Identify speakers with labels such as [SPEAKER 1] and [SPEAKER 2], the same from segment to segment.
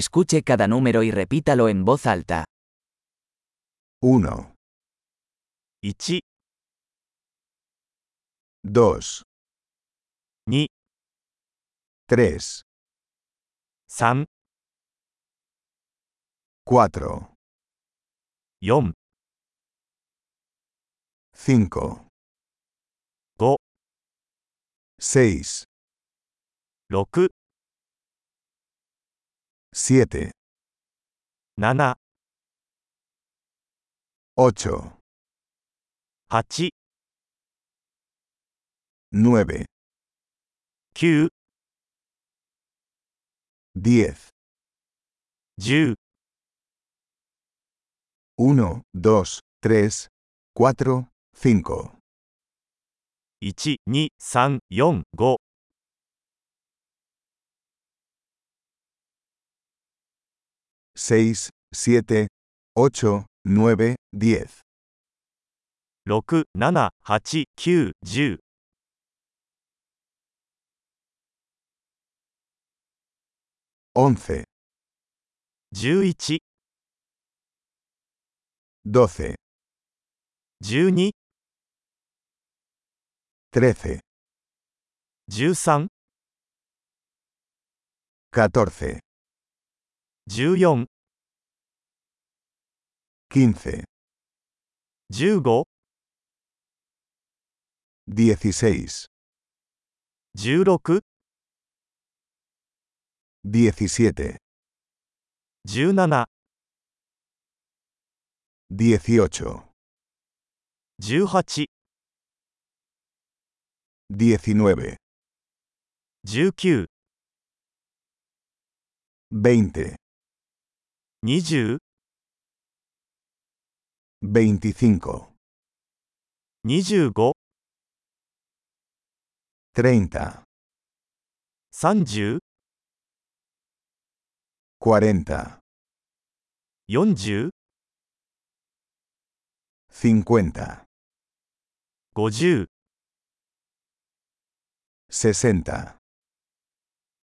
[SPEAKER 1] Escuche cada número y repítalo en voz alta.
[SPEAKER 2] 1,
[SPEAKER 3] 1、
[SPEAKER 2] 2,
[SPEAKER 3] 2、
[SPEAKER 2] 3,
[SPEAKER 3] 3、
[SPEAKER 2] 4,
[SPEAKER 3] 4、
[SPEAKER 2] 5,
[SPEAKER 3] 5、
[SPEAKER 2] 6,
[SPEAKER 3] 6、
[SPEAKER 2] 7,
[SPEAKER 3] 7、
[SPEAKER 2] 8,
[SPEAKER 3] 8、
[SPEAKER 2] 9,
[SPEAKER 3] 9、
[SPEAKER 2] 10,
[SPEAKER 3] 10、
[SPEAKER 2] 1, 2, 3, 4, 5,
[SPEAKER 3] 1、2、3、4、5、
[SPEAKER 2] 6, 7, 8, 9, 10,
[SPEAKER 3] 6、7、8、9、10、
[SPEAKER 2] 11,
[SPEAKER 3] 11、
[SPEAKER 2] 12,
[SPEAKER 3] 12、
[SPEAKER 2] 13,
[SPEAKER 3] 13、
[SPEAKER 2] 14,
[SPEAKER 3] 14、
[SPEAKER 2] 15, 16,
[SPEAKER 3] 15、16、
[SPEAKER 2] 17,
[SPEAKER 3] 17、
[SPEAKER 2] 18,
[SPEAKER 3] 18、
[SPEAKER 2] 19,
[SPEAKER 3] 19、
[SPEAKER 2] 20,
[SPEAKER 3] 20、
[SPEAKER 2] 25,
[SPEAKER 3] 25、
[SPEAKER 2] 30,
[SPEAKER 3] 30、
[SPEAKER 2] 40,
[SPEAKER 3] 40、
[SPEAKER 2] 50,
[SPEAKER 3] 50、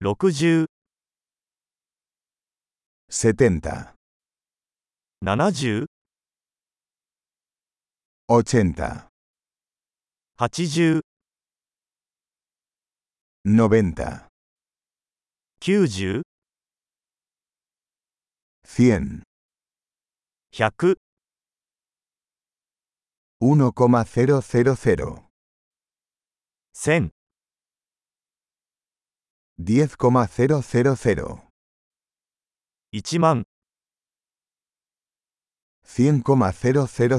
[SPEAKER 2] 60,
[SPEAKER 3] 60、
[SPEAKER 2] 70,
[SPEAKER 3] 70、
[SPEAKER 2] 80,
[SPEAKER 3] 80、
[SPEAKER 2] 90,
[SPEAKER 3] 90、
[SPEAKER 2] 100,
[SPEAKER 3] 100、
[SPEAKER 2] 1,000,
[SPEAKER 3] 1000、
[SPEAKER 2] 10,000,
[SPEAKER 3] 1万、
[SPEAKER 2] 100,000,